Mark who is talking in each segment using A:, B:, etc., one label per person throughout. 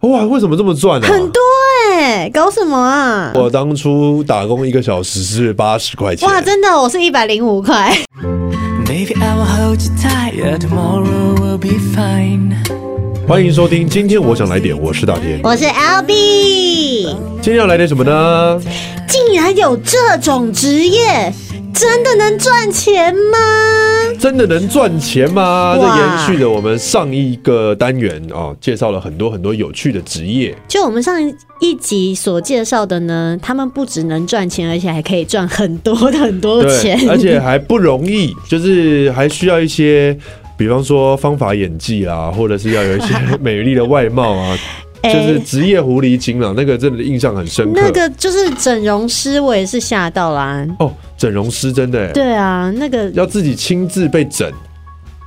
A: 哇，为什么这么赚啊？
B: 很多哎、搞什么啊？
A: 我当初打工一个小时是八十块钱，
B: 哇，真的，我是一百零五块，
C: Baby, I will hold you tight. Yeah, tomorrow will be fine.
A: 欢迎收听。今天我想来
B: 嗯
A: 点，我是大天。
B: 我是 L B，
A: 今天要来点什么呢？
B: 竟然有这种职业，真的能赚钱吗？
A: 真的能赚钱吗？这
B: 哇
A: 延续了我们上一个单元哦，介绍了很多很多有趣的职业。
B: 就我们上一集所介绍的呢，他们不只能赚钱，而且还可以赚很多的很多钱。
A: 而且还不容易，就是还需要一些，比方说方法演技啊，或者是要有一些美丽的外貌啊，
B: 哎
A: 就是职业狐狸精啊，那个真的印象很深刻。
B: 那个就是整容师，我也是吓到啦。
A: 哦，整容师真的、欸，
B: 对啊，那个
A: 要自己亲自被整。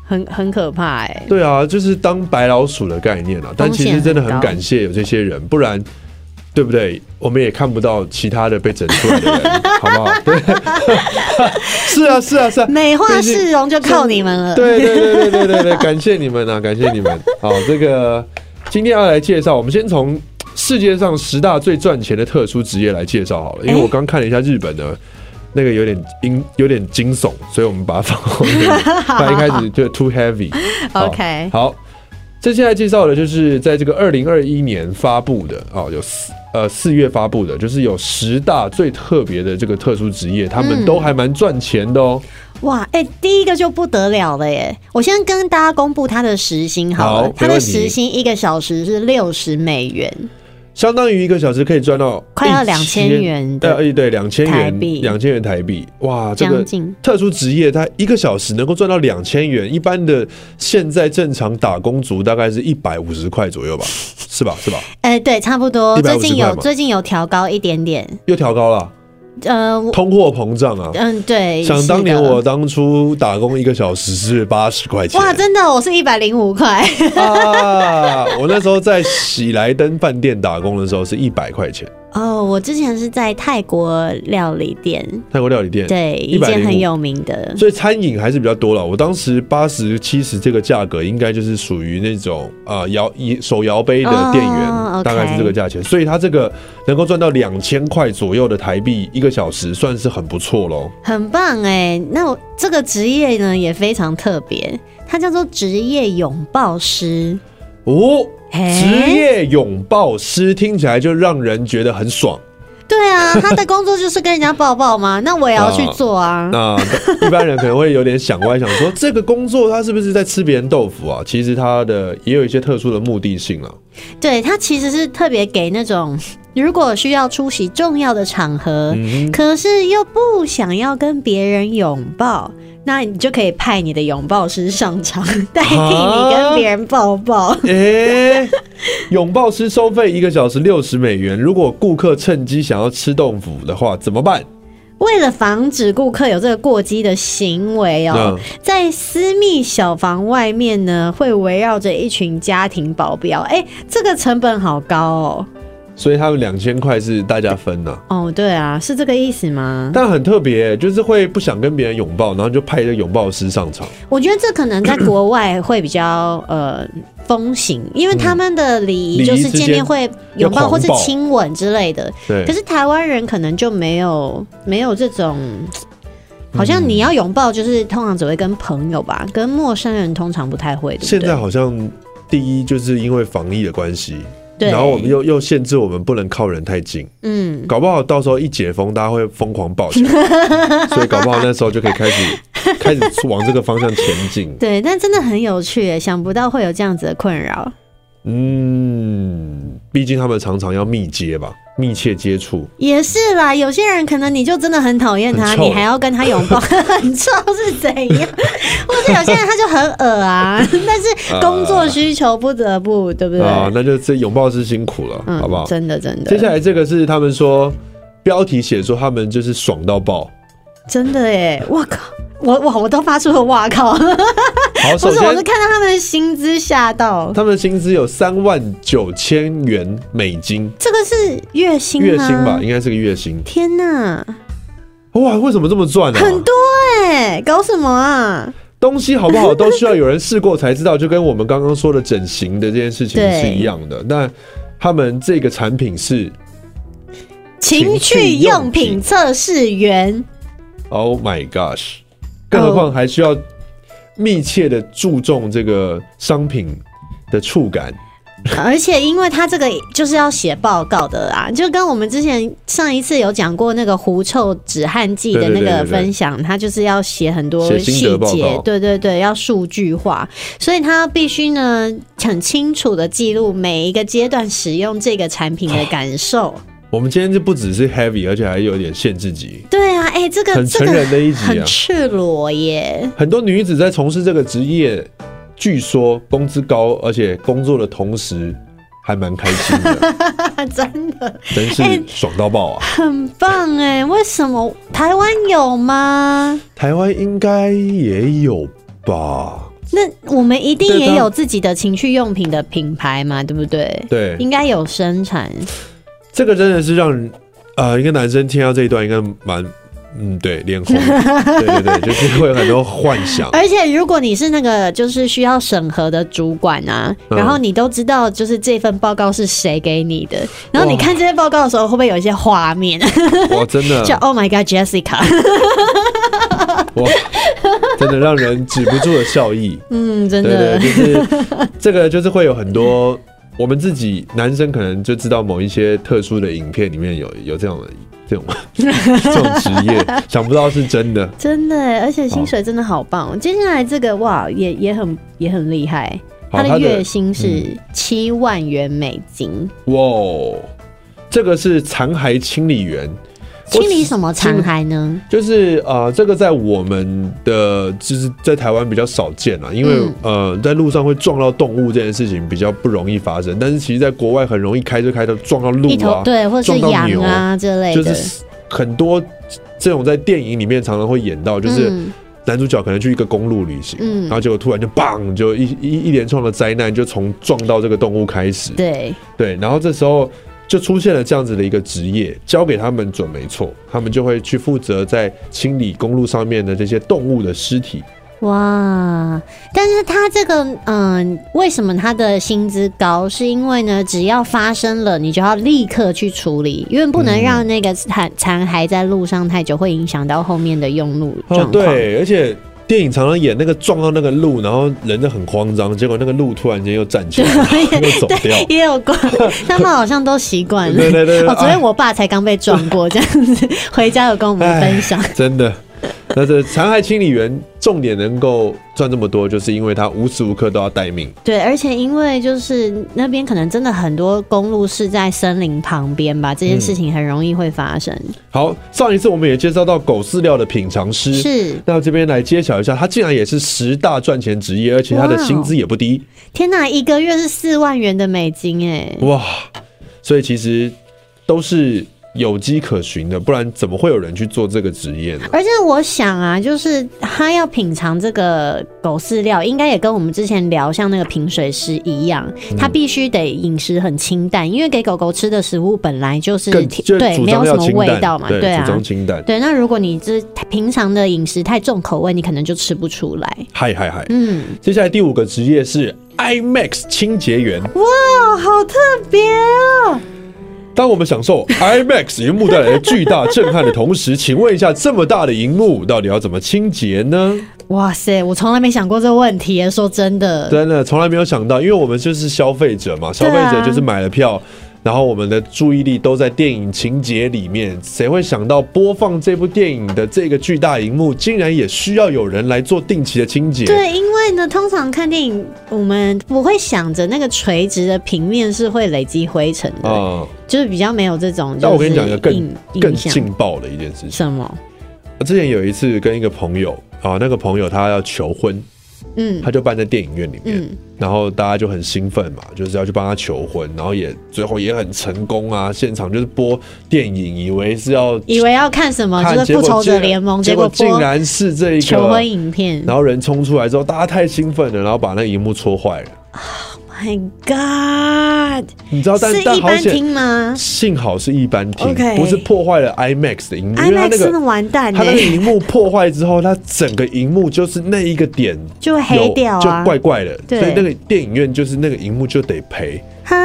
B: 很很可怕哎、
A: 对啊，就是当白老鼠的概念啊。但其实真的很感谢有这些人，不然。对不对？我们也看不到其他的被整出来的人，好不好？对， 是啊，是啊，是啊。
B: 美化
A: 但是
B: 市容就靠你们了。
A: 对对对对对对 对，感谢你们啊，感谢你们。好，这个今天要来介绍，我们先从世界上十大最赚钱的特殊职业来介绍好了，因为
B: 哎
A: 我刚看了一下日本的。那个有点惊，有点惊悚，所以我们把它放后面， 不然一开始就 too heavy。好
B: OK
A: 好，这现在介绍的就是在这个二零二一年发布的哦，有四呃四月发布的，就是有十大最特别的这个特殊职业，他
B: 嗯
A: 们都还蛮赚钱的哦。
B: 哇，哎、第一个就不得了了耶！我先跟大家公布他的时薪好了，
A: 好没
B: 他的
A: 问题
B: 时薪一个小时是六十美元，
A: 相当于一个小时可以赚到
B: 快要
A: 1000
B: 2000元的
A: 呃，哎对，两千
B: 台
A: 元，
B: 币
A: 两千元台币，哇，这
B: 将
A: 个
B: 近
A: 特殊职业，它一个小时能够赚到两千元，一般的现在正常打工族大概是一百五十块左右吧，是吧？是吧？
B: 哎、对，差不多。
A: 150
B: 最近
A: 块
B: 有
A: 嘛
B: 最近有调高一点点，
A: 又调高了，
B: 呃，我
A: 通货膨胀啊！
B: 嗯，对。
A: 想当年
B: 是的
A: 我当初打工一个小时是八十块钱，
B: 哇，真的，我是一百零五块，
A: 啊！我那时候在喜来登饭店打工的时候是一百块钱，
B: 哦，我之前是在泰国料理店，
A: 泰国料理店
B: 对，一
A: 105
B: 间很有名的，
A: 所以餐饮还是比较多了。我当时八十七十这个价格，应该就是属于那种呃摇一手摇杯的店员，
B: 哦，OK
A: 大概是这个价钱。所以他这个能够赚到两千块左右的台币一个小时，算是很不错喽。
B: 很棒哎。那我这个职业呢也非常特别，它叫做职业拥抱师。
A: 哦，
B: 嘿
A: 职业拥抱师听起来就让人觉得很爽。
B: 对啊，他的工作就是跟人家抱抱嘛，那我也要去做啊。
A: 嗯那一般人可能会有点想歪，想说这个工作他是不是在吃别人豆腐啊？其实他的也有一些特殊的目的性啊。
B: 对他其实是特别给那种如果需要出席重要的场合，可是又不想要跟别人拥抱。那你就可以派你的拥抱师上场， 代替你跟别人抱抱。
A: 诶， 拥抱师收费一个小时六十美元，如果顾客趁机想要吃豆腐的话，怎么办？
B: 为了防止顾客有这个过激的行为哦，在私密小房外面呢，会围绕着一群家庭保镖。哎、这个成本好高哦。
A: 所以他们两千块是大家分呐、
B: 哦，对啊，是这个意思 吗？
A: 但很特别、就是会不想跟别人拥抱，然后就派一个拥抱师上场。
B: 我觉得这可能在国外会比较呃风行，因为他们的礼
A: 礼仪
B: 仪就是
A: 之间
B: 见面会
A: 要
B: 拥抱
A: 狂
B: 或是
A: 抱
B: 亲吻之类的。
A: 对
B: 可，是台湾人可能就没有没有这种，
A: 嗯
B: 好像你要拥抱就是通常只会跟朋友吧，跟陌生人通常不太会，对
A: 现
B: 不
A: 在
B: 对？
A: 好像第一就是因为防疫的关系，
B: 对，
A: 然后我们又又限制我们不能靠人太近，
B: 嗯，
A: 搞不好到时候一解封，大家会疯狂抱起来， 所以搞不好那时候就可以开始开始往这个方向前进。
B: 对，但真的很有趣耶，想不到会有这样子的困扰。
A: 嗯，毕竟他们常常要密接吧，密切接触。
B: 也是啦，有些人可能你就真的很讨厌他，
A: 很臭
B: 你还要跟他拥抱， 很臭是怎样？或者有些人他就很 恶啊，但是工作需求不得不，对不对？
A: 啊，那就这拥抱是辛苦了，
B: 嗯，
A: 好不好？
B: 真的真
A: 接下
B: 的，
A: 来这个是他们说标题写说他们就是爽到爆。
B: 真的耶！我靠，我我我都发出了哇靠，不
A: 好，首
B: 是我是
A: 先
B: 看到他们的薪资吓到，
A: 他们的薪资有三万九千元美金，
B: 这个是月薪吗
A: 月薪吧，？应该是个月薪。
B: 天哪，
A: 哇，为什么这么赚啊？
B: 很多哎，搞什么啊？
A: 东西好不好都需要有人试过才知道，就跟我们刚刚说的整形的这件事情
B: 对
A: 是一样的。那他们这个产品是
B: 情趣用品测试员，
A: Oh my gosh！更何况还需要密切的注重这个商品的触感，
B: 而且因为他这个就是要写报告的啊，就跟我们之前上一次有讲过那个狐臭止汗剂的那
A: 对对对
B: 个
A: 对对
B: 分享，他就是要写很多
A: 写心
B: 细
A: 得报
B: 节
A: 告，
B: 对对对，要数据化，所以他必须呢很清楚的记录每一个阶段使用这个产品的 感受。
A: 我们今天就不只是 heavy，而且还有点限制级。
B: 对啊，哎、这个
A: 很
B: 这个
A: 成人的一集啊
B: 很赤裸耶，
A: 很多女子在从事这个职业，据说工资高，而且工作的同时还蛮开心 的，
B: 真的。
A: 真是爽到爆啊！
B: 很棒哎，为什么台湾有吗？
A: 台湾应该也有吧？
B: 那我们一定
A: 对
B: 也
A: 当
B: 有自己的情趣用品的品牌嘛，对不对？
A: 对，
B: 应该有生产，
A: 这个真的是让人呃一个男生听到这一段应该蛮嗯对脸 红，对对对，就是会有很多幻想。
B: 而且如果你是那个就是需要审核的主管啊，
A: 嗯
B: 然后你都知道就是这份报告是谁给你的，然后你
A: 哇嗯
B: 看这些报告的时候，会不会有一些画面？
A: 哇，真的
B: 就 Oh my God Jessica，
A: 哇，真的让人止不住的笑意。
B: 嗯， 真
A: 对对，
B: 的
A: 就是这个就是会有很多我们自己男生可能就知道某一些特殊的影片里面有有这种这种 这种职 业，想不到是真的。
B: 真的耶，而且薪
A: 好
B: 水真的好棒哦。接下来这个哇，也也很也很厉害，
A: 好
B: 他
A: 他
B: 的
A: 的嗯
B: 月薪是七万元美金。
A: 哇哦，这个是残骸清理员。
B: 清理什么残
A: 骸？
B: 骸呢？
A: 就是呃，这个在我们的就是在台湾比较少见啦，因为、
B: 嗯
A: 呃，在路上会撞到动物这件事情比较不容易发生，但是其实在国外很容易开车开到撞到鹿
B: 一头
A: 啊，
B: 对，或者是
A: 撞到
B: 羊
A: 牛
B: 啊之类
A: 就
B: 的。
A: 是很多这种在电影里面常常会演到，就是
B: 嗯
A: 男主角可能去一个公路旅行，
B: 嗯
A: 然后结果突然就棒，就一一一连串的灾难就从撞到这个动物开始，
B: 对，
A: 对，然后这时候就出现了这样子的一个职业，交给他们准没错，他们就会去负责在清理公路上面的这些动物的尸体。
B: 哇！但是他这个嗯，为什么他的薪资高？是因为呢，只要发生了，你就要立刻去处理，因为不能让那个残残骸在路上太久，会影响到后面的用路状
A: 哦，
B: 况。
A: 对，而且电影常常演那个撞到那个鹿，然后人就很慌张，结果那个鹿突然间又站 起来，又走掉。
B: 也有过，他们好像都习惯了。
A: 对对对对
B: 哦，昨天我爸才刚被撞过，这样子回家有跟我们分享。
A: 真的。那这残骸清理员重点能够赚这么多，就是因为他无时无刻都要待命。
B: 对，而且因为就是那边可能真的很多公路是在森林旁边吧，
A: 嗯
B: 这件事情很容易会发生。
A: 好，上一次我们也介绍到狗饲料的品尝师，
B: 是，
A: 那这边来揭晓一下，他竟然也是十大赚钱职业，而且他的薪资也不低，
B: 天哪，一个月是四万元的美金哎，
A: 哇！所以其实都是有迹可循的，不然怎么会有人去做这个职业呢？
B: 而且我想啊，就是他要品尝这个狗饲料，应该也跟我们之前聊像那个品水师一样，
A: 嗯
B: 他必须得饮食很清淡，因为给狗狗吃的食物本来就是
A: 更
B: 甜
A: 就是
B: 对
A: 主
B: 没有
A: 张
B: 什
A: 要
B: 么
A: 清
B: 味
A: 淡
B: 道嘛，
A: 对，
B: 对
A: 主
B: 啊
A: 张。清淡。
B: 对，那如果你这平常的饮食太重口味，你可能就吃不出来。
A: 嗨嗨嗨！
B: 嗯，
A: 接下来第五个职业是 IMAX 清洁员。
B: 哇，好特别哦！
A: 当我们享 受 IMAX 荧幕带来的巨大震撼的同时，请问一下，这么大的荧幕到底要怎么清洁呢？
B: 哇塞，我从来没想过这个问题耶，说真的，
A: 真的从来没有想到，因为我们就是消费者嘛，消费者就是买了票，然后我们的注意力都在电影情节里面，谁会想到播放这部电影的这个巨大荧幕，竟然也需要有人来做定期的清洁？
B: 对，因为呢，通常看电影，我们不会想着那个垂直的平面是会累积灰尘的，
A: 啊、
B: 就是比较没有这种。
A: 但我跟你讲一个更
B: 印
A: 更
B: 印象
A: 劲爆的一件事情，
B: 什么？
A: 我之前有一次跟一个朋友啊，那个朋友他要求婚，
B: 嗯
A: 他就办在电影院里面，
B: 嗯
A: 然后大家就很兴奋嘛，就是要去帮他求婚，然后也最后也很成功啊，现场就是播电影，以为是要
B: 以为要看什么，
A: 看
B: 哦就是
A: 结
B: 复
A: 果
B: 仇者
A: 竟然
B: 联盟，
A: 结
B: 果
A: 果竟
B: 播
A: 然是这一
B: 求
A: 个
B: 婚。影片。
A: 然后人冲出来之后，大家太兴奋了，然后把那荧幕戳坏了。
B: My God，
A: 你知道，哦但
B: 是
A: 但
B: 一
A: 好
B: 般
A: 险，
B: 听吗
A: 幸好是一般厅
B: OK
A: 不是破坏了 IMAX 的荧幕，因为它那
B: ？IMAX 真的
A: 个
B: 完蛋
A: 它
B: 呢
A: 那，个荧幕破坏之后，它整个荧幕就是那一个点
B: 就会黑
A: 有
B: 掉
A: 就
B: 啊
A: 怪怪的。所
B: 对
A: 以那个电影院就是那个荧幕就得赔。
B: 啊！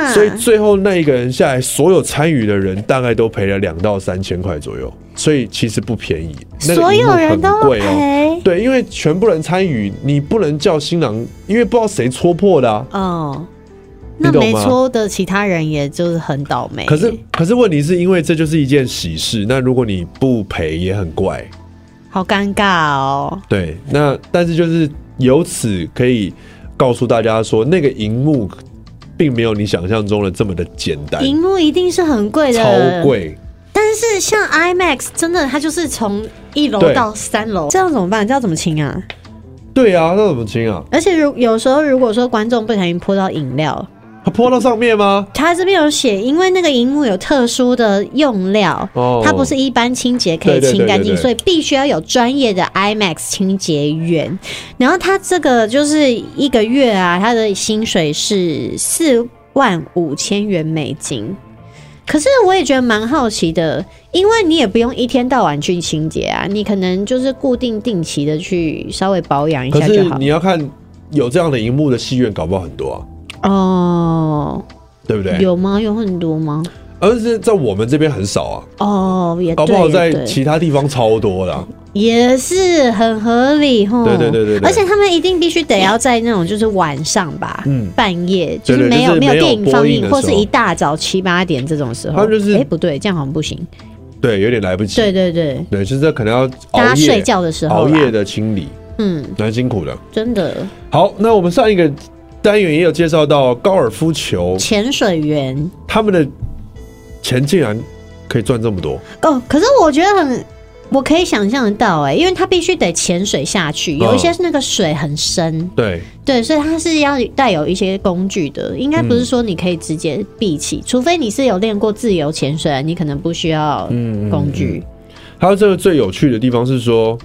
B: 啊！
A: 所以最后那一个人下来，所有参与的人大概都赔了两到三千块左右，所以其实不便宜。那个
B: 所
A: 荧幕
B: 有人
A: 很
B: 都
A: 贵哦。
B: 赔
A: 对，因为全部人参与，你不能叫新郎，因为不知道谁戳破的啊。
B: 哦。
A: 你
B: 那
A: 懂
B: 没
A: 吗
B: 错的，其他人也就是很倒霉。
A: 可是，可是问题是因为这就是一件喜事，那如果你不赔也很怪。
B: 好尴尬哦。
A: 对，那但是就是由此可以告诉大家说，那个荧幕并没有你想象中的这么的简单，
B: 荧幕一定是很贵的，
A: 超。贵。
B: 但是像 IMAX 真的，它就是从一楼
A: 对
B: 到三楼，这样怎么办？这样怎么清啊？
A: 对啊，那怎么清啊？
B: 而且如有时候如果说观众不小心泼到饮料，
A: 它泼到上面吗？
B: 它这边有写，因为那个荧幕有特殊的用料，
A: 哦
B: 它不是一般清洁可
A: 对
B: 以
A: 对对
B: 清干净，
A: 对对
B: 所以必须要有专业的 IMAX 清洁员。然后它这个就是一个月啊，他的薪水是四万五千元美金。可是我也觉得蛮好奇的，因为你也不用一天到晚去清洁啊，你可能就是固定定期的去稍微保养一
A: 可
B: 下就是好
A: 你。要看有这样的荧幕的戏院，搞不好很多啊，
B: 哦，
A: 对不对？
B: 有吗？有很多吗？
A: 而是在我们这边很少啊，
B: 哦，也
A: 搞不
B: 对
A: 好
B: 也
A: 在
B: 对
A: 其他地方超多的啊、
B: 也是很合理吼。
A: 对对对对对
B: 而且他们一定必须得要在那种就是晚上吧，
A: 嗯
B: 半夜就是
A: 对对
B: 没有
A: 就是
B: 没有
A: 没有
B: 电影放
A: 播映
B: 映，
A: 的
B: 或
A: 时
B: 是
A: 候
B: 一大早七八点这种时候，
A: 他们就是
B: 哎不对，这样好像不行。
A: 对，有点来不及。
B: 对对对，
A: 对，就是这可能要
B: 大
A: 熬
B: 家
A: 夜
B: 睡觉的时候
A: 熬
B: 啦，
A: 夜的哦清理，
B: 嗯，
A: 蛮辛苦的。
B: 真的
A: 好，那我们上一个单元也有介绍到高尔夫球，
B: 潜水员
A: 他们的钱竟然可以赚这么多，
B: 哦，可是我觉得很。我可以想象得到哎、因为他必须得潜水下去，有一
A: 嗯
B: 些是那个水很深，
A: 对，
B: 对，所以它是要带有一些工具的，应该不
A: 嗯
B: 是说你可以直接闭气，除非你是有练过自由潜水，啊你可能不需要
A: 嗯
B: 工具。
A: 还有这个最有趣的地方是说，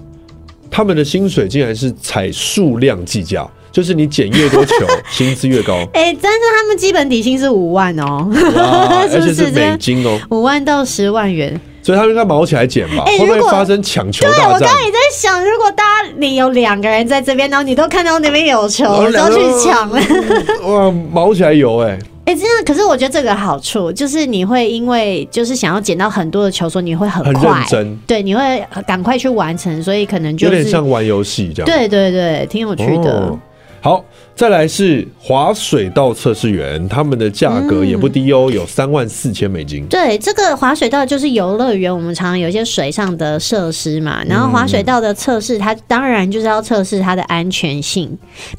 A: 他们的薪水竟然是采数量计价，就是你捡越多球，薪资越 高，
B: 哎、但是他们基本底薪是五万哦、
A: 哇，
B: 是
A: 而且
B: 不是
A: 是
B: 这
A: 美
B: 样？
A: 金哦，
B: 五万到十万元。
A: 所以他们应该毛起来捡吧？
B: 哎
A: 会不会
B: 如果
A: 发生抢球
B: 对，啊
A: 大
B: 我刚
A: 战？
B: 才也在想，如果大家你有两个人在这边，然后你都看到那边有球，
A: 我
B: 你都去抢了。
A: 哇，毛起来有哎、
B: 哎、真的，可是我觉得这个好处就是你会因为就是想要捡到很多的球，所以你会很
A: 很
B: 快，
A: 认真
B: 对，你会赶快去完成，所以可能就
A: 有
B: 是
A: 点像玩游戏这样。
B: 对对对，挺有趣的。
A: 哦好，再来是滑水道测试员，他们的价格也
B: 嗯
A: 不低哦，有三万四千美金。
B: 对，这个滑水道就是游乐园，我们常常有一些水上的设施嘛。然后滑水道的测试，它当然就是要测试它的安全性，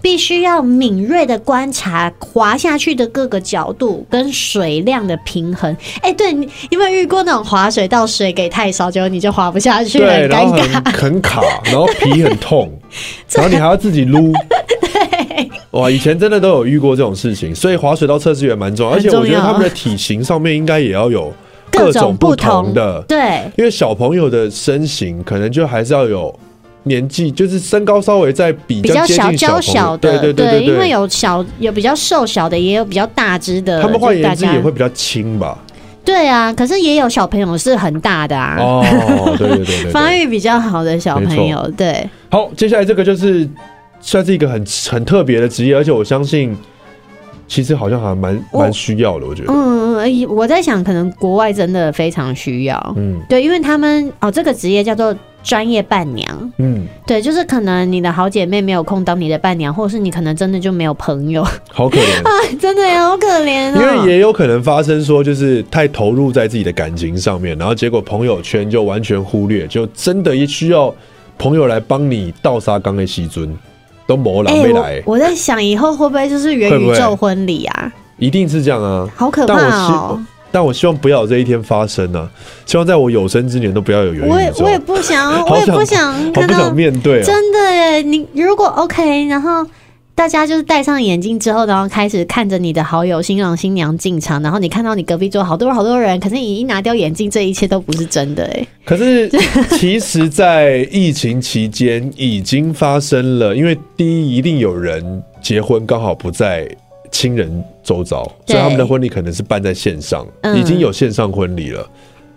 B: 必须要敏锐的观察滑下去的各个角度跟水量的平衡。哎，对你有没有遇过那种滑水道水给太少，结果你就滑不下 去，
A: 对，
B: 很
A: 然
B: 尴
A: 后
B: 尬。
A: 很很卡，然后皮很 痛，然后你还要自己撸。哇，以前真的都有遇过这种事情，所以滑水道测试员蛮重要，而且我觉
B: 重
A: 得
B: 要
A: 他们的体型上面应该也要有
B: 各
A: 种
B: 不
A: 同的，
B: 对，
A: 因为小朋友的身形可能就还是要有年纪，就是身高稍微在比
B: 比较
A: 接
B: 小
A: 近
B: 娇
A: 朋
B: 小
A: 友，
B: 的，
A: 对对
B: 因为
A: 对，
B: 有小有比较瘦小的，也有比较大只的，
A: 他们换
B: 就大
A: 言之
B: 家
A: 也会比较轻吧？
B: 对啊，可是也有小朋友是很大的啊。
A: 哦，对对对对对，
B: 发育比较好的小朋友，对，
A: 好，接下来这个就是算是一个很很特别的职业，而且我相信，其实好像还蛮
B: 我
A: 蛮需要的，我觉得。
B: 嗯，哎我在想，可能国外真的非常需要，
A: 嗯
B: 对，因为他们哦，这个职业叫做专业伴娘，
A: 嗯，
B: 对，就是可能你的好姐妹没有空当你的伴娘，或是你可能真的就没有朋友，
A: 好可怜，
B: 真的好可怜
A: 因为
B: 哦。
A: 也有可能发生说，就是太投入在自己的感情上面，然后结果朋友圈就完全忽略，就真的也需要朋友来帮你倒沙缸的西尊，都磨狼狈来，
B: 哎我我在想以后会不会就是元宇
A: 会不
B: 宙
A: 会
B: 婚礼啊？
A: 一定是这样啊。
B: 好可
A: 但我
B: 怕
A: 希
B: 哦！，
A: 但我希望不要有这一天发生啊！希望在我有生之年都不要有原因。
B: 我也我也不想，我也不想
A: 好
B: 看
A: 不
B: 到
A: 想面对、啊，
B: 真的耶！你如果 OK，然后大家就是戴上眼镜之后，然后开始看着你的好友新郎新娘进场，然后你看到你隔壁桌好多好多人，可是你一拿掉眼镜，这一切都不是真的哎。
A: 可 是，其实，在疫情期间已经发生了，因为第一，一定有人结婚刚好不在亲人周遭，
B: 对
A: 所以他们的婚礼可能是办在线上，
B: 嗯
A: 已经有线上婚礼了。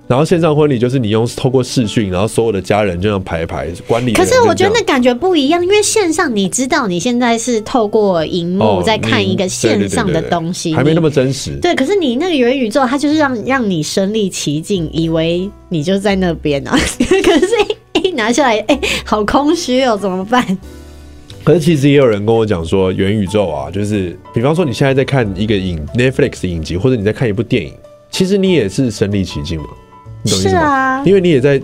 A: 然后线上婚礼就是你用透过视讯，然后所有的家人这样排一排，观礼的
B: 可
A: 人
B: 是
A: 就
B: 我觉得
A: 这
B: 那
A: 样
B: 感觉不一样，因为线上你知道你现在是透过荧幕
A: 哦
B: 在看一个
A: 嗯对对对
B: 线上
A: 嗯
B: 的
A: 对对
B: 东西，
A: 还没那
B: 你
A: 么真实。
B: 对。可是你那个元宇宙，它就是让让你身临其境，以为你就在那边啊。 可是一一拿下来，哎、好空虚哦，怎么办？
A: 可是其实也有人跟我讲说，元宇宙啊，就是比方说你现在在看一个影 Netflix 影集，或者你在看一部电影，其实你也是身临其境嘛，你懂我意
B: 是
A: 思吗？
B: 啊，
A: 因为你也在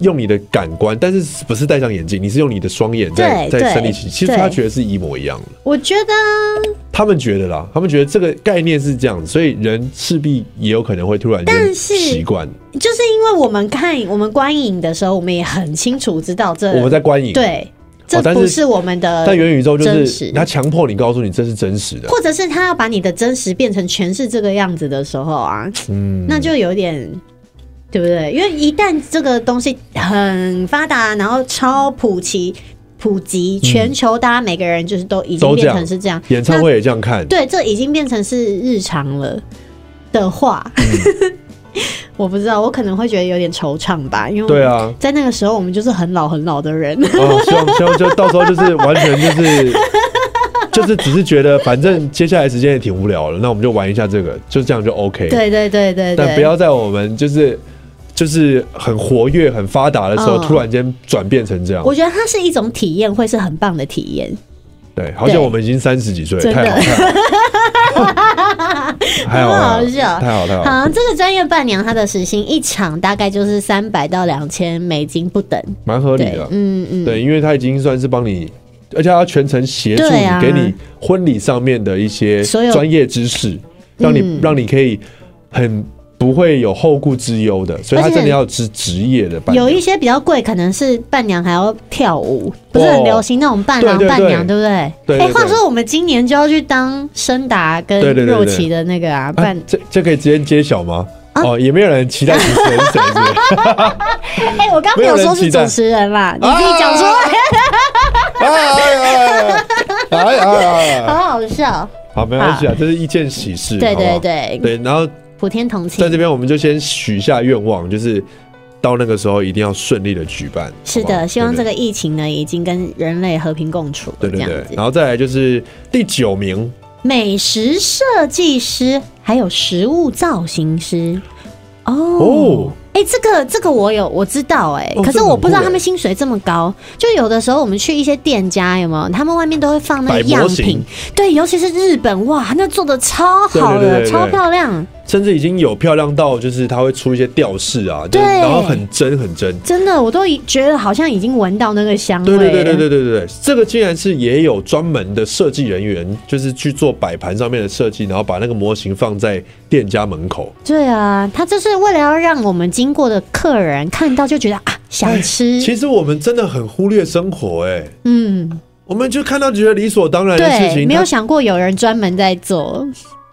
A: 用你的感官，但是不是戴上眼镜，你是用你的双眼在
B: 对
A: 在身
B: 对
A: 临其境。其实
B: 对
A: 他觉得是一模一样的，
B: 我觉得啊
A: 他们觉得啦，他们觉得这个概念是这样，所以人势必也有可能会突然
B: 但
A: 间
B: 是
A: 习惯。
B: 就是因为我们看我们观影的时候，我们也很清楚知道这
A: 我们在观影，，
B: 对，这
A: 但
B: 不
A: 是
B: 是我们的
A: 但元宇宙就是
B: 真实
A: 他强迫你告诉你这是真实的，
B: 或者是他要把你的真实变成全是这个样子的时候啊，
A: 嗯，
B: 那就有点，对不对？因为一旦这个东西很发达，然后超普及、普及全球，大家每个人就是都已经
A: 嗯都这
B: 变
A: 样
B: 成是这样，
A: 演唱会也这样看
B: 那，对，这已经变成是日常了的话，
A: 嗯
B: 我不知道，我可能会觉得有点惆怅吧，因为
A: 对。啊，
B: 在那个时候，我们就是很老很老的人，
A: 哦，希望希望就到时候就是完全就是 就是只是觉得反正接下来时间也挺无聊了，那我们就玩一下这个，就这样就 OK。，
B: 对对对对对。
A: 但不要在我们就是就是很活跃、很发达的时候，
B: 嗯
A: 突然间转变成这样
B: 我。觉得它是一种体验，会是很棒的体验。
A: 对，好像我们已经三十几岁了，
B: 真的
A: 太好 太好了，
B: 很好笑
A: 太好太好太好。
B: 好，这个专业伴娘她的时薪一场大概就是三百到两千美金不等。
A: 蛮合理
B: 对
A: 的，。
B: 嗯嗯，
A: 对，因为他已经算是帮你。而且他要全程协助
B: 对啊
A: 你，给你婚礼上面的一些
B: 所有
A: 专业知识，让你、
B: 嗯
A: 让你可以很不会有后顾之忧的，所以他
B: 而且
A: 真的要是职业的伴娘
B: 有一些比较贵，可能是伴娘还要跳舞，不是很流行那种伴郎
A: 哦对对对
B: 伴娘，对不对？
A: 对对
B: 哎，
A: 对
B: 话说我们今年就要去当申达跟
A: 对对对对
B: 若琪的那个啊
A: 啊
B: 伴，，
A: 这这可以直接揭晓吗？哦，也没有人期待主持人是谁是不是
B: 哎，我刚刚没有说是主持人啦，你自己讲出来，
A: 哎哎哎哎哎哎！
B: 好好笑。
A: 好，没关系啊，这是一件喜事，
B: 对对
A: 好不好
B: 对，
A: 对，然后
B: 普天同庆
A: 在这。边我们就先许下愿望，就是到那个时候一定要顺利的举办。
B: 是
A: 好不好
B: 的，希望
A: 对
B: 这个疫情呢，已经跟人类和平共处了，
A: 对
B: 这
A: 对
B: 样
A: 对，
B: 子。
A: 然后再来就是第九名，
B: 美食设计师，还有食物造型师。哦
A: 哦，
B: 哎、这个这个我有我知道哎、
A: 哦
B: 可
A: 这
B: 是
A: 个
B: 我
A: 很
B: 不知道
A: 酷
B: 他们
A: 欸
B: 薪水这么高。就有的时候我们去一些店家有没有，他们外面都会放那个
A: 摆模
B: 样
A: 型
B: 品，对，尤其是日本哇，那做的超好的，
A: 对对对对
B: 超
A: 对
B: 漂亮，
A: 甚至已经有漂亮到就是它会出一些吊饰啊，就是
B: 对
A: 然后很真很真。
B: 真的我都已觉得好像已经闻到那个香味
A: 对
B: 了。
A: 对对对对对对，对这个竟然是也有专门的设计人员，就是去做摆盘上面的设计，然后把那个模型放在店家门口。
B: 对啊，他就是为了要让我们经过的客人看到就觉得啊想吃，
A: 哎其实我们真的很忽略生活、哎，
B: 嗯，
A: 我们就看到觉得理所当然的事
B: 对，
A: 情，
B: 没有
A: 它
B: 想过有人专门在做。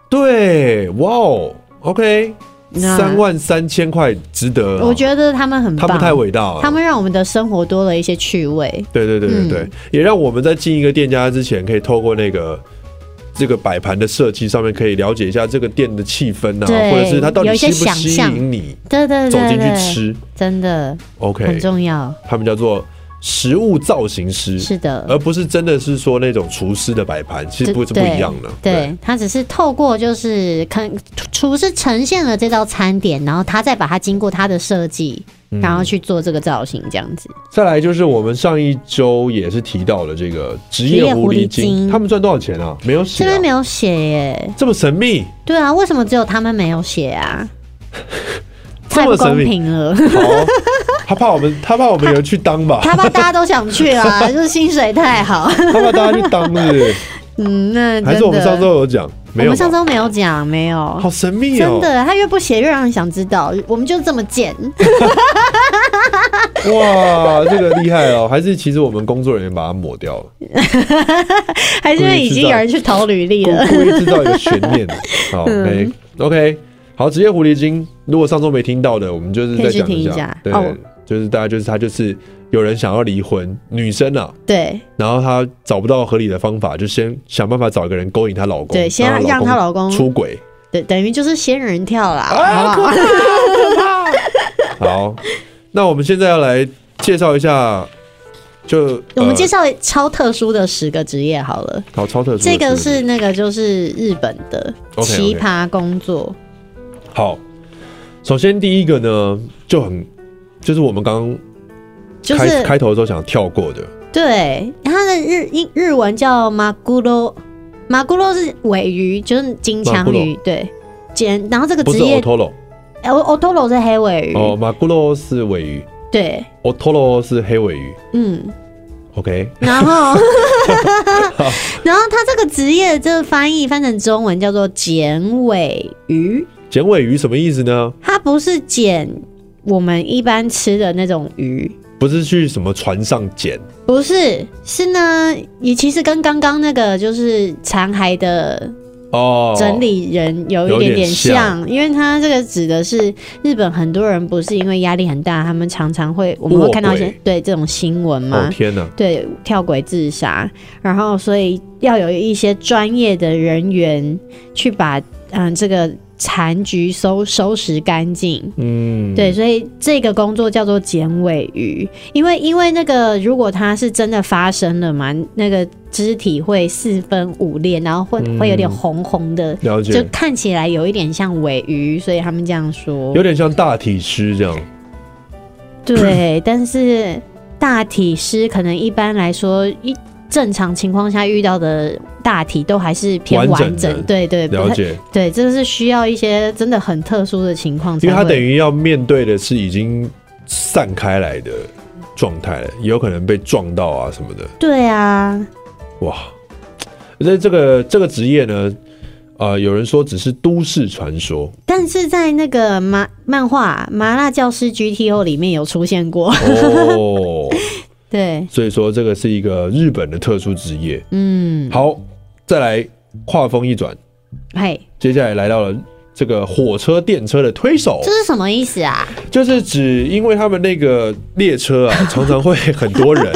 A: 对，哇哦，OK，
B: 那
A: 三万三千块值得啊、
B: 我觉得他们很
A: 他
B: 棒，
A: 们太伟大了，
B: 他们让我们的生活多了一些趣味。
A: 对对对对对，
B: 嗯
A: 也让我们在进一个店家之前，可以透过那个这个摆盘的设计上面，可以了解一下这个店的气氛啊，
B: 对
A: 或者是它到
B: 有
A: 底吸
B: 一些
A: 不
B: 想
A: 吸
B: 象
A: 引你
B: 对对
A: 走
B: 对
A: 进去
B: 对，
A: 吃。
B: 真的很
A: OK，
B: 重要。
A: 他们叫做食物造型师，
B: 是的，
A: 而不是真的是说那种厨师的摆盘，其实
B: 这
A: 不是不一样的。
B: 对，他只是透过就是看厨师呈现了这道餐点，然后他再把它经过他的设计，
A: 嗯
B: 然后去做这个造型，这样子。
A: 再来就是我们上一周也是提到了这个职
B: 职业
A: 业狐
B: 狐狸
A: 狸精，
B: 精
A: 他们赚多少钱啊？没有写、
B: 这边没
A: 啊，
B: 有写耶，
A: 这么神秘。
B: 对啊，为什么只有他们没有写啊？太
A: 这么
B: 不
A: 神
B: 公
A: 秘
B: 平了。
A: 好，哦 他怕我们，他怕我们有人去当吧，
B: 他怕大家都想去 啊，就是薪水太好。
A: 他怕大家去当是不是？
B: 嗯，那真的
A: 还是我们上周有讲？没
B: 我
A: 有吧，
B: 们上周没有讲，没有。
A: 好神秘
B: 真
A: 哦、
B: 的，他越不写越让人想知道，我们就这么贱。
A: 哇，这个厉害哦、 还是其实我们工作人员把它抹掉 了，
B: 还是因为已经有人去投履历
A: 故
B: 了？
A: 故意制造一个悬 念。好，OK
B: 嗯
A: OK，好，职业狐狸精，如果上周没听到的，我们就是再讲
B: 可以去听一
A: 下
B: 下，
A: 对，
B: 哦
A: 就是大家就是他就是有人想要离婚，女生啊，
B: 对
A: 然后她找不到合理的方法，就先想办法找一个人勾引她老公，
B: 对先
A: 她
B: 让她老公
A: 出轨。
B: 对，等于就是仙人跳啦，好
A: 啊，
B: 不
A: 可
B: 好？
A: 怕，可怕！好， 那我们现在要来介绍一下，就
B: 我们介
A: 绍
B: 绍超特殊的十个职业好了。
A: 好超特殊的
B: 这个
A: 事
B: 是那个就是日本的
A: 哦 OK，OK
B: 奇葩工作，
A: 好。首先第一个呢，就很就是我们刚
B: 就
A: 刚
B: 是
A: 开、开头的时候想跳过的，
B: 对它的日英日文叫马古罗，马古罗是尾鱼，就是金枪鱼，对。简，然后这个
A: 不
B: 职
A: 是
B: 业
A: otolo
B: 呃我 t o r o 是黑尾鱼，
A: 哦，马古罗是尾鱼
B: 对，
A: ，otolo 是黑尾鱼。
B: 嗯，
A: OK，
B: 然后， 然后它这个职业这个翻译翻成中文叫做剪尾鱼，
A: 剪尾鱼什么意思呢？
B: 它不是剪我们一般吃的那种鱼，
A: 不是去什么船上剪，
B: 不是，是呢，也其实跟刚刚那个就是残骸的
A: 哦，
B: 整理人有一
A: 有点
B: 点点像，因为它这个指的是日本很多人不是因为压力很大，他们常常会我们会
A: 卧
B: 看到一些
A: 轨
B: 对这种新闻嘛
A: 哦，天哪，
B: 对，跳轨自杀，然后所以要有一些专业的人员去把嗯这个残局收收拾干净。
A: 嗯，
B: 对，所以这个工作叫做剪尾鱼，因为因为那个如果它是真的发生了嘛，那个肢体会四分五裂，然后会、会有点红红的，
A: 了
B: 就
A: 解，
B: 看起来有一点像尾鱼，所以他们这样说
A: 有。点像大体师这样，
B: 对，但是大体师可能一般来说一。正常情况下遇到的大体都还是偏
A: 完
B: 完
A: 整
B: 整，
A: 的
B: 对对，不
A: 了
B: 太
A: 解，
B: 对，这是需要一些真的很特殊的情况才
A: 因
B: 会，
A: 为他等于要面对的是已经散开来的状态了，也有可能被撞到啊什么的，
B: 对啊，
A: 哇！那这个这个职业呢，呃，有人说只是都市传 说
B: 但是在那个麻漫画《麻辣教师 GTO》里面有出现过，
A: 哦，
B: 对，
A: 所以说这个是一个日本的特殊职业。
B: 嗯，
A: 好，再来跨风一转，
B: 嘿，
A: 接下来来到了这个火车电车的推手，
B: 这是什么意思啊？
A: 就是指因为他们那个列车啊，常常会很多 人，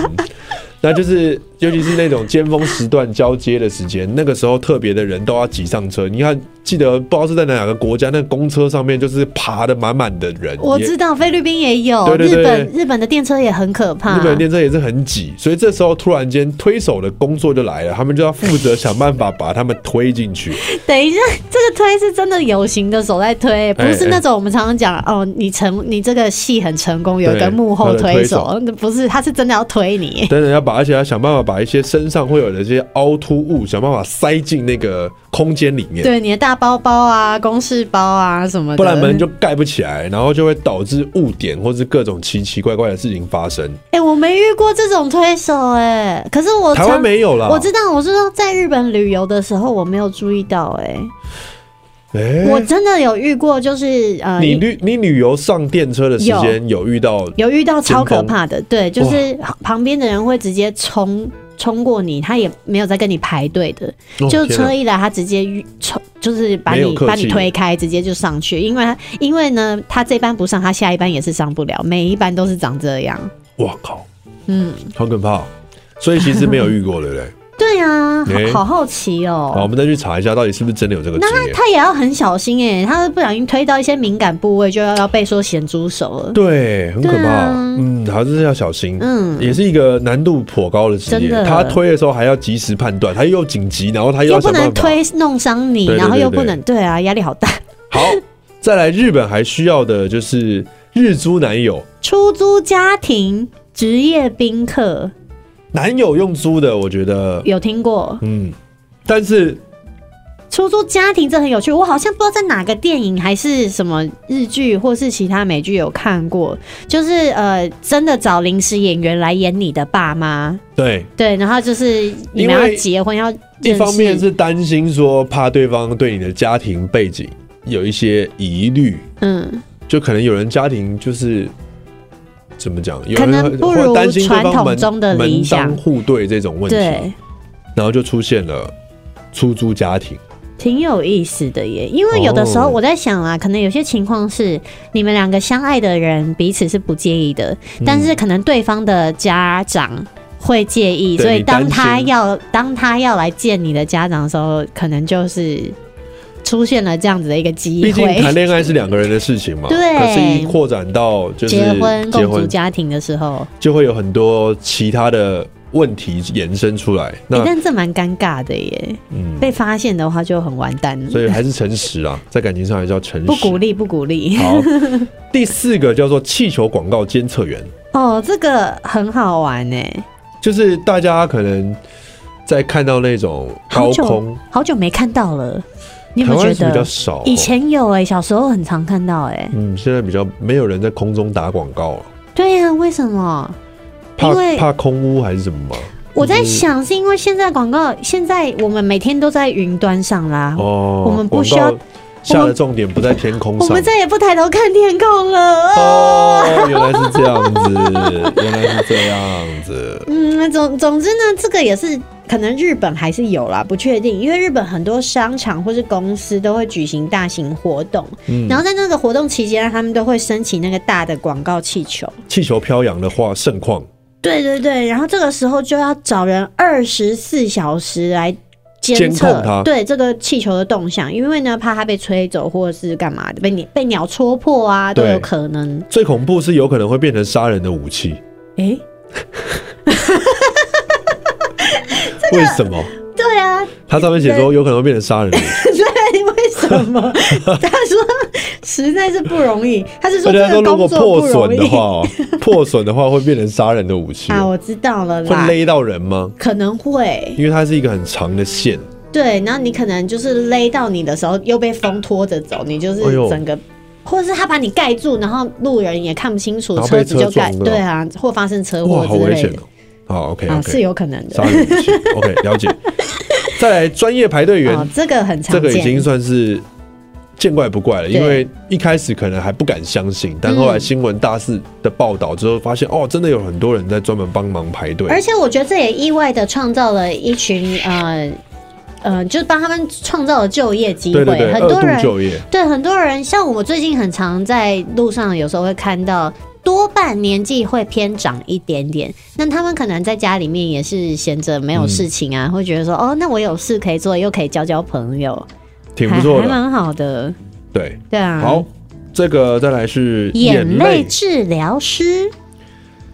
A: 那就是尤其是那种尖峰时段交接的时间，那个时候特别的人都要挤上车。你看，记得不知道是在哪个国家，那公车上面就是爬的满满的人，
B: 我
A: 也
B: 知道菲律宾也有，
A: 对对对
B: 日本日本的电车也很可怕，
A: 日本电车也是很挤，所以这时候突然间推手的工作就来了，他们就要负责想办法把他们推进 去。
B: 等一下，这个推是真的有形的手在推，不
A: 哎
B: 是那种我们常常讲哦，你成你这个戏很成功，有一个幕后推
A: 他
B: 手，不是，他是真的要推你。
A: 等等要把，而且要想办法把一些身上会有的这些凹凸物，想办法塞进那个空间里面。
B: 对你的大包包啊、公事包啊什么的，
A: 不然门就盖不起来，然后就会导致误点或是各种奇奇怪怪的事情发生。
B: 哎、我没遇过这种推手哎、可是我
A: 台湾
B: 常
A: 没有啦，
B: 我知道，我是说在日本旅游的时候我没有注意到哎、
A: 哎
B: 我真的有遇过，就是呃，
A: 你旅你旅游上电车的时间有遇到
B: 有遇到超可怕的，对，就是旁边的人会直接冲冲过你，他也没有在跟你排队的，
A: 哦
B: 就
A: 天啊
B: 车一来，他直接遇冲，就是把
A: 没有
B: 你
A: 客
B: 把你
A: 气
B: 推开，直接就上去，因为他因为呢，他这班不上，他下一班也是上不了，每一班都是长这样。
A: 啊哇靠，
B: 嗯，
A: 好可怕哦！所以其实没有遇过，对 不对？
B: 对啊，
A: 诶
B: 好好好奇哦、
A: 好，我们再去查一下，到底是不是真的有这个职业？
B: 他也要很小心哎、他不小心推到一些敏感部位，就要要被说咸猪手了。
A: 对，很可
B: 对
A: 怕。
B: 啊
A: 嗯，还是要小心。
B: 嗯
A: 也是一个难度颇高的职业
B: 真。的
A: 他推的时候还要及时判断，他又紧急，然后他又
B: 又
A: 要
B: 不
A: 想
B: 能
A: 办法。
B: 推弄伤你，
A: 对对
B: 然后又
A: 对对
B: 不能对啊，压力好大。
A: 好，再来日本还需要的就是日租男友，
B: 出租家庭职业宾客
A: 男友用租的，我觉得，
B: 有听过？
A: 嗯，但是
B: 出租家庭这很有趣，我好像不知道在哪个电影还是什么日剧或是其他美剧有看过，就是呃，真的找临时演员来演你的爸妈，
A: 对，
B: 对，然后就是你
A: 因
B: 们要
A: 为
B: 结婚要
A: 一
B: 认
A: 方面
B: 识
A: 是担心说怕对方对你的家庭背景有一些疑虑，
B: 嗯，
A: 就可能有人家庭就是。怎么讲？有
B: 可
A: 人
B: 能
A: 会
B: 不
A: 会
B: 如
A: 担心对
B: 传
A: 方
B: 统
A: 门
B: 中的理
A: 门
B: 想
A: 当户对这种问题，啊
B: 对，
A: 然后就出现了出租家庭。
B: 挺有意思的耶。因为有的时候
A: 哦
B: 我在想啊，可能有些情况是你们两个相爱的人彼此是不介意的，
A: 嗯
B: 但是可能对方的家长会介意，
A: 对
B: 所以
A: 你
B: 当
A: 担
B: 他
A: 心
B: 要当他要来见你的家长的时候，可能就是出现了这样子的一个机
A: 毕竟谈
B: 会。
A: 恋爱是两个人的事情嘛，
B: 对
A: 可是一扩展到就是
B: 结婚、
A: 结
B: 共组
A: 婚，
B: 家庭的时候，
A: 就会有很多其他的问题延伸出来。
B: 哎、
A: 那、
B: 但这蛮尴尬的耶。
A: 嗯，
B: 被发现的话就很完蛋了，
A: 所以还是诚实 啊，在感情上还是要诚实。
B: 不鼓励，不鼓励。
A: 好，第四个叫做气球广告监测员，
B: 哦，这个很好玩哎，
A: 就是大家可能在看到那种
B: 好
A: 高
B: 久
A: 空，
B: 好久没看到了，你有
A: 台
B: 没有
A: 湾是
B: 觉
A: 比较
B: 得？
A: 少哦、
B: 以前有哎、小时候很常看到哎、
A: 嗯，现在比较没有人在空中打广告了、
B: 对呀、为什么？
A: 怕
B: 因为
A: 怕空污还是什么吗？
B: 我在想，是因为现在广告，现在我们每天都在云端上啦，
A: 哦，
B: 我们不
A: 广
B: 需要
A: 告下的重点不在天空
B: 我
A: 上
B: 们。再也不抬头看天空了。
A: 哦，原来是这样子，原来是这样子。
B: 嗯，总总之呢，这个也是可能日本还是有啦，不确定，因为日本很多商场或是公司都会举行大型活动，
A: 嗯
B: 然后在那个活动期间，他们都会升起那个大的广告气球。
A: 气球飘扬的话，盛况。
B: 对对对，然后这个时候就要找人二十四小时来监
A: 监控它
B: 测对这个气球的动向，因为呢怕它被吹走或者是干嘛的，被鸟被鸟戳破啊都
A: 对
B: 有可能。
A: 最恐怖是有可能会变成杀人的武器，
B: 诶，
A: 为什么？
B: 对啊，
A: 它上面写说有可能会变成杀人的武器，
B: 对，为什么？他说实在是不容易，他 是说
A: 大
B: 这
A: 家说
B: 个
A: 如
B: 工
A: 果
B: 作
A: 破
B: 不容
A: 损的
B: 易
A: 话哦，破损的话会变成杀人的武器哦，
B: 啊，我知道了
A: 会
B: 啦，
A: 勒到人吗？
B: 可能会
A: 因为它是一个很长的线，
B: 对，然后你可能就是勒到你的时候又被风拖着走，你就是
A: 哎呦
B: 整个。或者是他把你盖住，然后路人也看不清楚，
A: 然后被
B: 车子就
A: 车
B: 盖
A: 撞
B: 对啊，或发生车
A: 哇，
B: 祸
A: 好
B: 之
A: 危
B: 类
A: 险
B: 的
A: 哦。好，OK
B: 啊，是
A: OK，
B: 有可能的
A: 杀。人武器，OK 了 解。再来，专业排队员
B: 哦，这个很
A: 这
B: 常
A: 个已经
B: 见。
A: 算是见怪不怪了，因为一开始可能还不敢相信，但后来新闻大肆的报道之后，发现哦，真的有很多人在专门帮忙排队，
B: 而且我觉得这也意外的创造了一群呃呃，就是帮他们创造了就业机
A: 对
B: 会，
A: 对对，
B: 很
A: 二
B: 多人
A: 度就业，
B: 对，很多人像我最近很常在路上，有时候会看到，多半年纪会偏长一点点。那他们可能在家里面也是闲着没有事情
A: 嗯
B: 啊，会觉得说，哦，那我有事可以做，又可以交交朋友，
A: 挺不
B: 还
A: 错
B: 还
A: 的，
B: 蛮好的。
A: 对，
B: 对啊，
A: 好。这个再来是
B: 眼泪治疗师，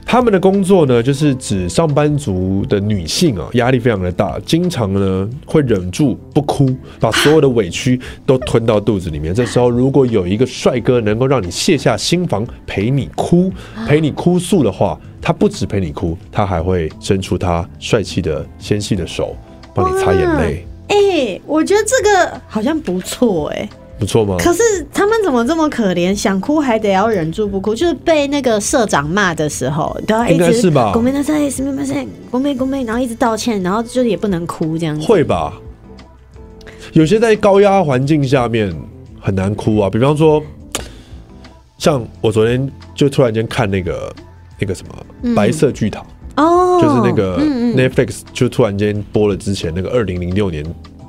A: 他们的工作呢，就是指上班族的女性啊，压力非常的大，经常呢会忍住不哭，把所有的委屈都吞到肚子里面。这时候，如果有一个帅哥能够让你卸下心防，
B: 啊
A: 陪你哭，陪你哭诉的话，他不止陪你哭，他还会伸出他帅气的纤细的手，帮你擦眼泪，
B: 哎、我觉得这个好像不错哎、
A: 不错吗？
B: 可是他们怎么这么可怜？想哭还得要忍住不哭，就是被那个社长骂的时候，都要一
A: 应该
B: 直
A: 是吧
B: ごめんなさい、すみません、ごめんごめん，然后一直道歉，然后就是也不能哭这样子。
A: 会吧？有些在高压环境下面很难哭啊，比方说，像我昨天就突然间看那个那个什么《白色巨塔》
B: 嗯哦，
A: 就是那个
B: 嗯嗯
A: Netflix 就突然间播了之前那个二零零六年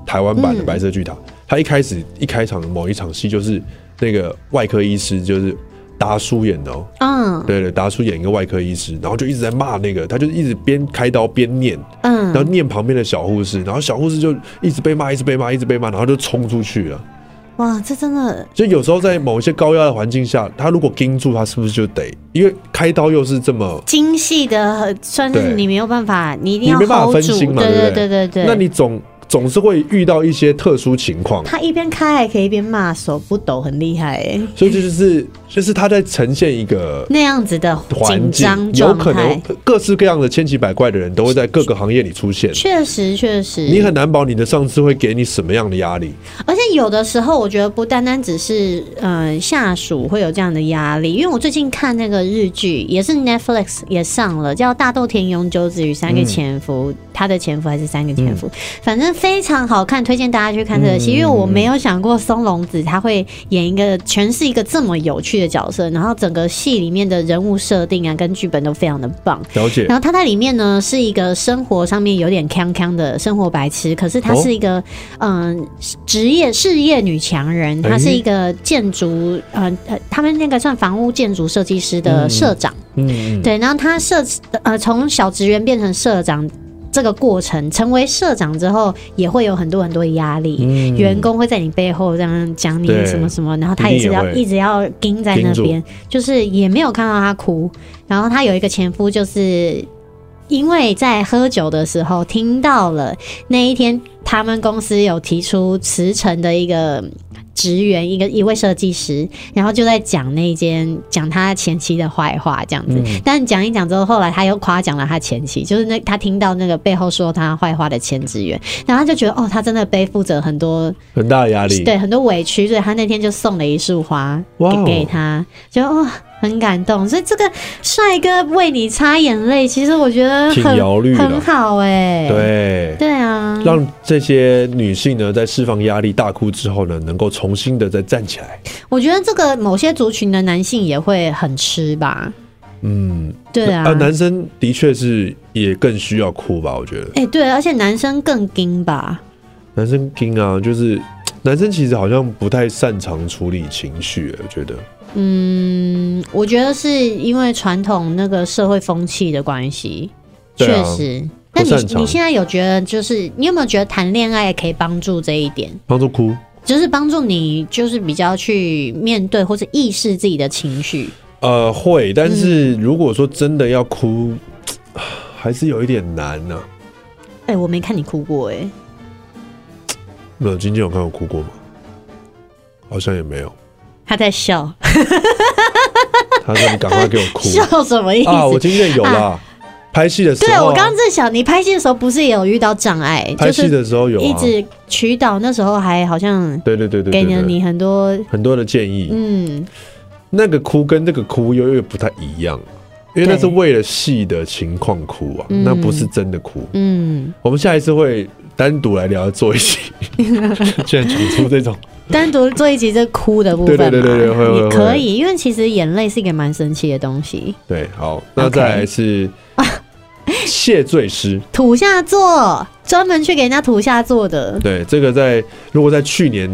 A: 台湾版的
B: 嗯
A: 《白色巨塔》它一开始一开场某一场戏就是那个外科医师就是达叔演的哦，
B: 嗯
A: 对对，达叔演一个外科医师，然后就一直在骂那个，他就一直边开刀边念。然后
B: 嗯，
A: 念旁边的小护士，然后小护士就一直被骂，一直被骂，一直被骂，然后就冲出去了。
B: 哇，这真的
A: 就有时候在某一些高压的环境下，他如果盯住，他是不是就得？因为开刀又是这么，
B: 精细的，算是
A: 对
B: 你没有办法，你一定
A: 你
B: 要
A: 没办法
B: hold
A: 分
B: 住，
A: 心嘛，
B: 对
A: 不
B: 对对对。
A: 那你总总是会遇到一些特殊情况，
B: 他一边开还可以一边骂，手不抖，很厉害哎、
A: 所以这就是 就是他在呈现一个。
B: 那样子的紧
A: 环境
B: 张
A: 有
B: 状
A: 可能
B: 态，
A: 各式各样的千奇百怪的人都会在各个行业里出现，
B: 确实确实，
A: 你很难保你的上司会给你什么样的压力。
B: 而且有的时候，我觉得不单单只是嗯、呃下属会有这样的压力，因为我最近看那个日剧，也是 Netflix 也上了，叫《大豆田永久子与三个前夫》他的前夫还是三个前夫，反正非常好看，推荐大家去看这个戏，因为我没有想过松隆子他会演一个全是一个这么有趣的角色，然后整个戏里面的人物设定啊跟剧本都非常的棒，
A: 了解
B: 然后他在里面呢是一个生活上面有点康康的生活白痴，可是她
A: 哦
B: 是一个嗯、职业事业女强人，她
A: 哎
B: 是一个建筑呃呃，他们那个算房屋建筑设计师的社长，
A: 嗯，嗯，
B: 对，然后她社呃从小职员变成社长。这个过程，成为社长之后，也会有很多很多压力，
A: 嗯
B: 员工会在你背后这样讲你
A: 对
B: 什么什么，然后他也是要
A: 一定也会
B: 一直要盯在那边，就是也没有看到他哭。然后他有一个前夫，就是因为在喝酒的时候听到了那一天他们公司有提出辞呈的一个职员，一个一位设计师，然后就在讲那间讲他前妻的坏话这样子。但讲一讲之后，后来他又夸奖了他前妻，就是那他听到那个背后说他坏话的前职员，然后他就觉得哦，他真的背负着很多
A: 很大的压力，
B: 对很多委屈，所以他那天就送了一束花
A: 哇哦
B: 给给他，就哦很感动。所以这个帅哥为你擦眼泪，其实我觉得
A: 挺
B: 很
A: 摇绿
B: 很
A: 的，
B: 好哎、
A: 对。
B: 对啊，
A: 让这些女性呢，在释放压力、大哭之后呢，能够重新的再站起来。
B: 我觉得这个某些族群的男性也会很吃吧，
A: 嗯，
B: 对啊。
A: 呃男生的确是也更需要哭吧，我觉得
B: 哎、对，而且男生更硬吧，
A: 男生听啊，就是男生其实好像不太擅长处理情绪，我觉得。
B: 嗯，我觉得是因为传统那个社会风气的关系，
A: 对
B: 确、
A: 啊
B: 实。
A: 不
B: 那你
A: 擅长
B: 你现在有觉得，就是你有没有觉得谈恋爱可以帮助这一点？
A: 帮助哭，
B: 就是帮助你，就是比较去面对或者意识自己的情绪。
A: 呃，会，但
B: 嗯
A: 是如果说真的要哭，还是有一点难啊呢、
B: 哎、我没看你哭过哎、
A: 没有，今天有看我哭过吗？好像也没 有。
B: 他在笑，
A: 他说：“你赶快给我哭
B: 笑什么意思？
A: 啊！”我今天有啦，拍戏的时
B: 对
A: 候啊、
B: 我刚刚在想，你拍戏的时候不是也有遇到障碍，
A: 拍
B: 就
A: 戏
B: 是
A: 的时候有、啊，
B: 一直曲导那时候还好像
A: 对对对对对
B: 给了
A: 对
B: 你很多，
A: 很多的建议。
B: 嗯，
A: 那个哭跟这个哭又又不太一样，因为
B: 对
A: 那是为了戏的情况哭啊，
B: 嗯
A: 那不是真的哭。
B: 嗯，
A: 我们下一次会单独来聊做一 期，居然讲出这种，
B: 单独做一集这哭的部分嘛，
A: 对对对对对会会
B: 也
A: 会
B: 可以，因为其实眼泪是一个蛮神奇的东西。
A: 对，好，那再来 是谢罪师，
B: 土下座专门去给人家土下座的，
A: 对，啊这个在如果在去年。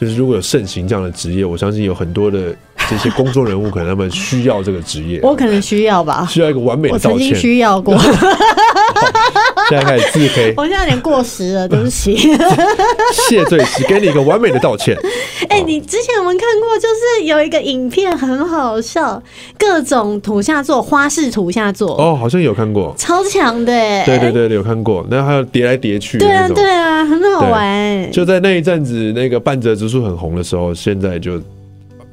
A: 就是如果有盛行这样的职业，我相信有很多的这些公众人物，可能他们需要这个职业，
B: 我可能需要 吧，
A: 需要一个完美
B: 我
A: 的道
B: 曾经
A: 歉。现
B: 需要过，
A: 在开始自黑，
B: 我现在有点过时了，对不 起。
A: 谢罪师，给你一个完美的道 歉。
B: 哎、你之前我们看过，就是有一个影片很好笑，各种土下座，花式土下座，
A: 哦，好像有看过，
B: 超强的、欸。
A: 对对对，有看过。那还有叠来叠去的
B: 对
A: 那
B: 啊
A: 种。
B: 对啊，很好玩、欸。
A: 就在那一阵子，那个半泽直树很红的时候，现在就，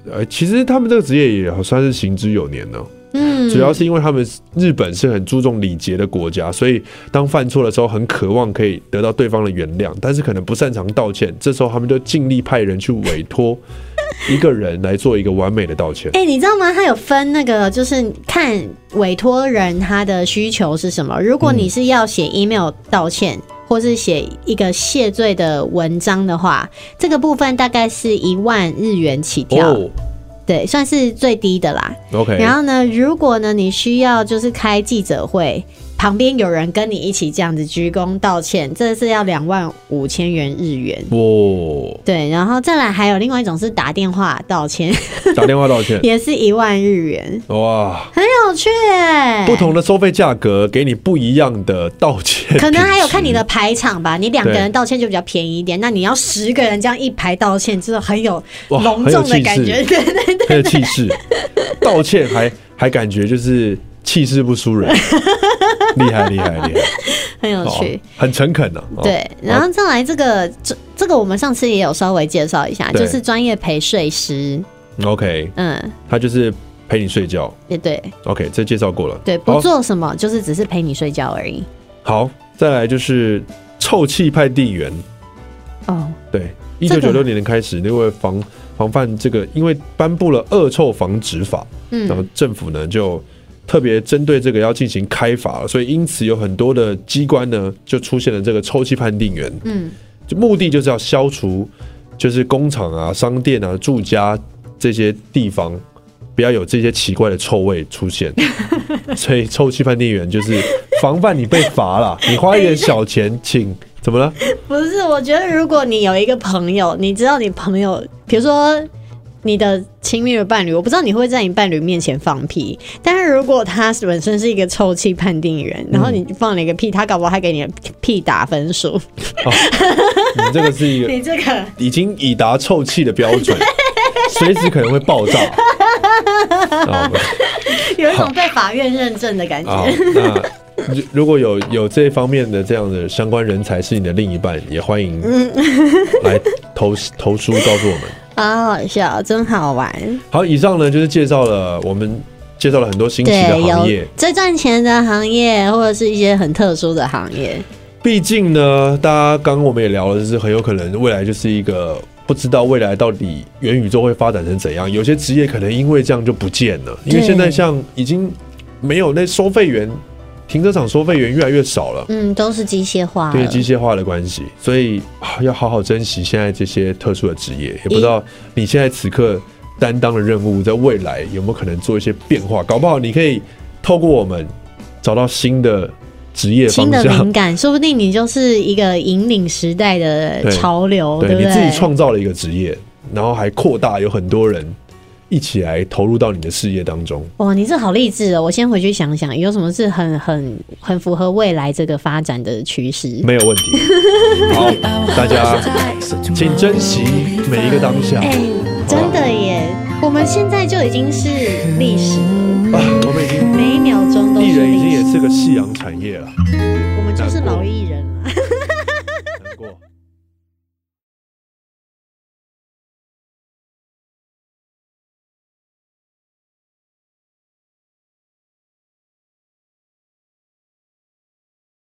A: 呃，其实他们这个职业也好算是行之有年了。
B: 嗯，
A: 主要是因为他们日本是很注重礼节的国家，所以当犯错的时候，很渴望可以得到对方的原谅，但是可能不擅长道歉。这时候他们就尽力派人去委托一个人来做一个完美的道 歉。
B: 哎、你知道吗？它有分那个，就是看委托人他的需求是什么。如果
A: 嗯
B: 你是要写 email 道歉，或是写一个谢罪的文章的话，这个部分大概是一万日元起跳，
A: 哦
B: 对，算是最低的啦。
A: ，OK，
B: 然后呢，如果呢你需要就是开记者会，旁边有人跟你一起这样子鞠躬道歉，这是要两万五千元日元。
A: 哇，
B: 对，然后再来还有另外一种是打电话道歉，，
A: 打电话道歉
B: 也是一万日元，
A: 哇。
B: 很有趣耶。
A: 不同的收费价格给你不一样的道歉，
B: 可能还有看你的。排场吧，你两个人道歉就比较便宜一点，那你要十个人这样一排道歉，就是很有
A: 哇
B: 隆重的感觉。对对对
A: 很有 气势，道歉还还感觉就是气势不输人， 厉害厉害厉害，
B: 很 有趣。
A: 哦很诚恳呐、哦
B: 对，然后再来这个这这个我们上次也有稍微介绍一下，
A: 对
B: 就是专业陪睡师，
A: 哦 OK，
B: 嗯，
A: 他就是陪你睡觉
B: 也对
A: ，OK，这介绍过了。
B: 对，不
A: 好，
B: 做什么，就是只是陪你睡觉而已。
A: 好，再来就是臭气派地缘，
B: 哦，
A: 对，一
B: 这
A: 九
B: 个
A: 九六年开始，因为防防范这个，因为颁布了恶臭防止法，然后
B: 嗯，
A: 政府呢就特别针对这个要进行开罚了，所以因此有很多的机关呢就出现了这个抽气判定员，
B: 嗯，
A: 就目的就是要消除就是工厂啊、商店啊、住家这些地方不要有这些奇怪的臭味出 现，所以抽气判定员就是防范你被罚了，你花一点小钱请。怎么了？
B: 不是，我觉得如果你有一个朋友，你知道你朋友，比如说你的亲密的伴侣，我不知道你会不会在你伴侣面前放屁，但是如果他本身是一个臭气判定人，然后你放了一个屁，他搞不好还给你的 屁打分数。
A: 你这个是一 个
B: 你这个
A: 已经已达臭气的标准，随时可能会爆 炸。哦好
B: 有一种被法院认证的感觉。
A: 好，啊那如如果有有这方面的这样的相关人才是你的另一半，也欢迎
B: 嗯
A: 来投投书告 诉我们。
B: 好好笑，真好玩。
A: 好，以上呢就是介绍了我们介绍了很多新奇的
B: 对，
A: 行业
B: 有。最赚钱的行业，或者是一些很特殊的行业。
A: 毕竟呢，大家刚刚我们也聊了，就是很有可能未来就是一个不知道未来到底元宇宙会发展成怎样。有些职业可能因为这样就不见了，因为
B: 对
A: 现在像已经没有那收费员，停车场收费员越来越少了。
B: 嗯，都是机械化
A: 对
B: 了。
A: 机械化的关系，所以、啊要好好珍惜现在这些特殊的职业。也不知道你现在此刻担当的任务，在未来有没有可能做一些变化？搞不好你可以透过我们找到新的职业方
B: 新的
A: 向
B: 灵。感， 说不定你就是一个引领时代的
A: 对
B: 潮流，
A: 对
B: 不
A: 你
B: 对？
A: 自己创造了一个职业，然后还扩大，有很多人一起来投入到你的事业当中。
B: 哇，你这好励志哦！我先回去想想，有什么是很很很符合未来这个发展的趋势。
A: 没有问 题。好，大家请珍惜每一个当下。
B: 哎、真的耶！我们现在就已经是历史，
A: 啊，我们已经
B: 每一秒钟都
A: 艺
B: 是
A: 人已经
B: 历史。
A: 也是个夕阳产业了。
B: 我们就是老艺人了。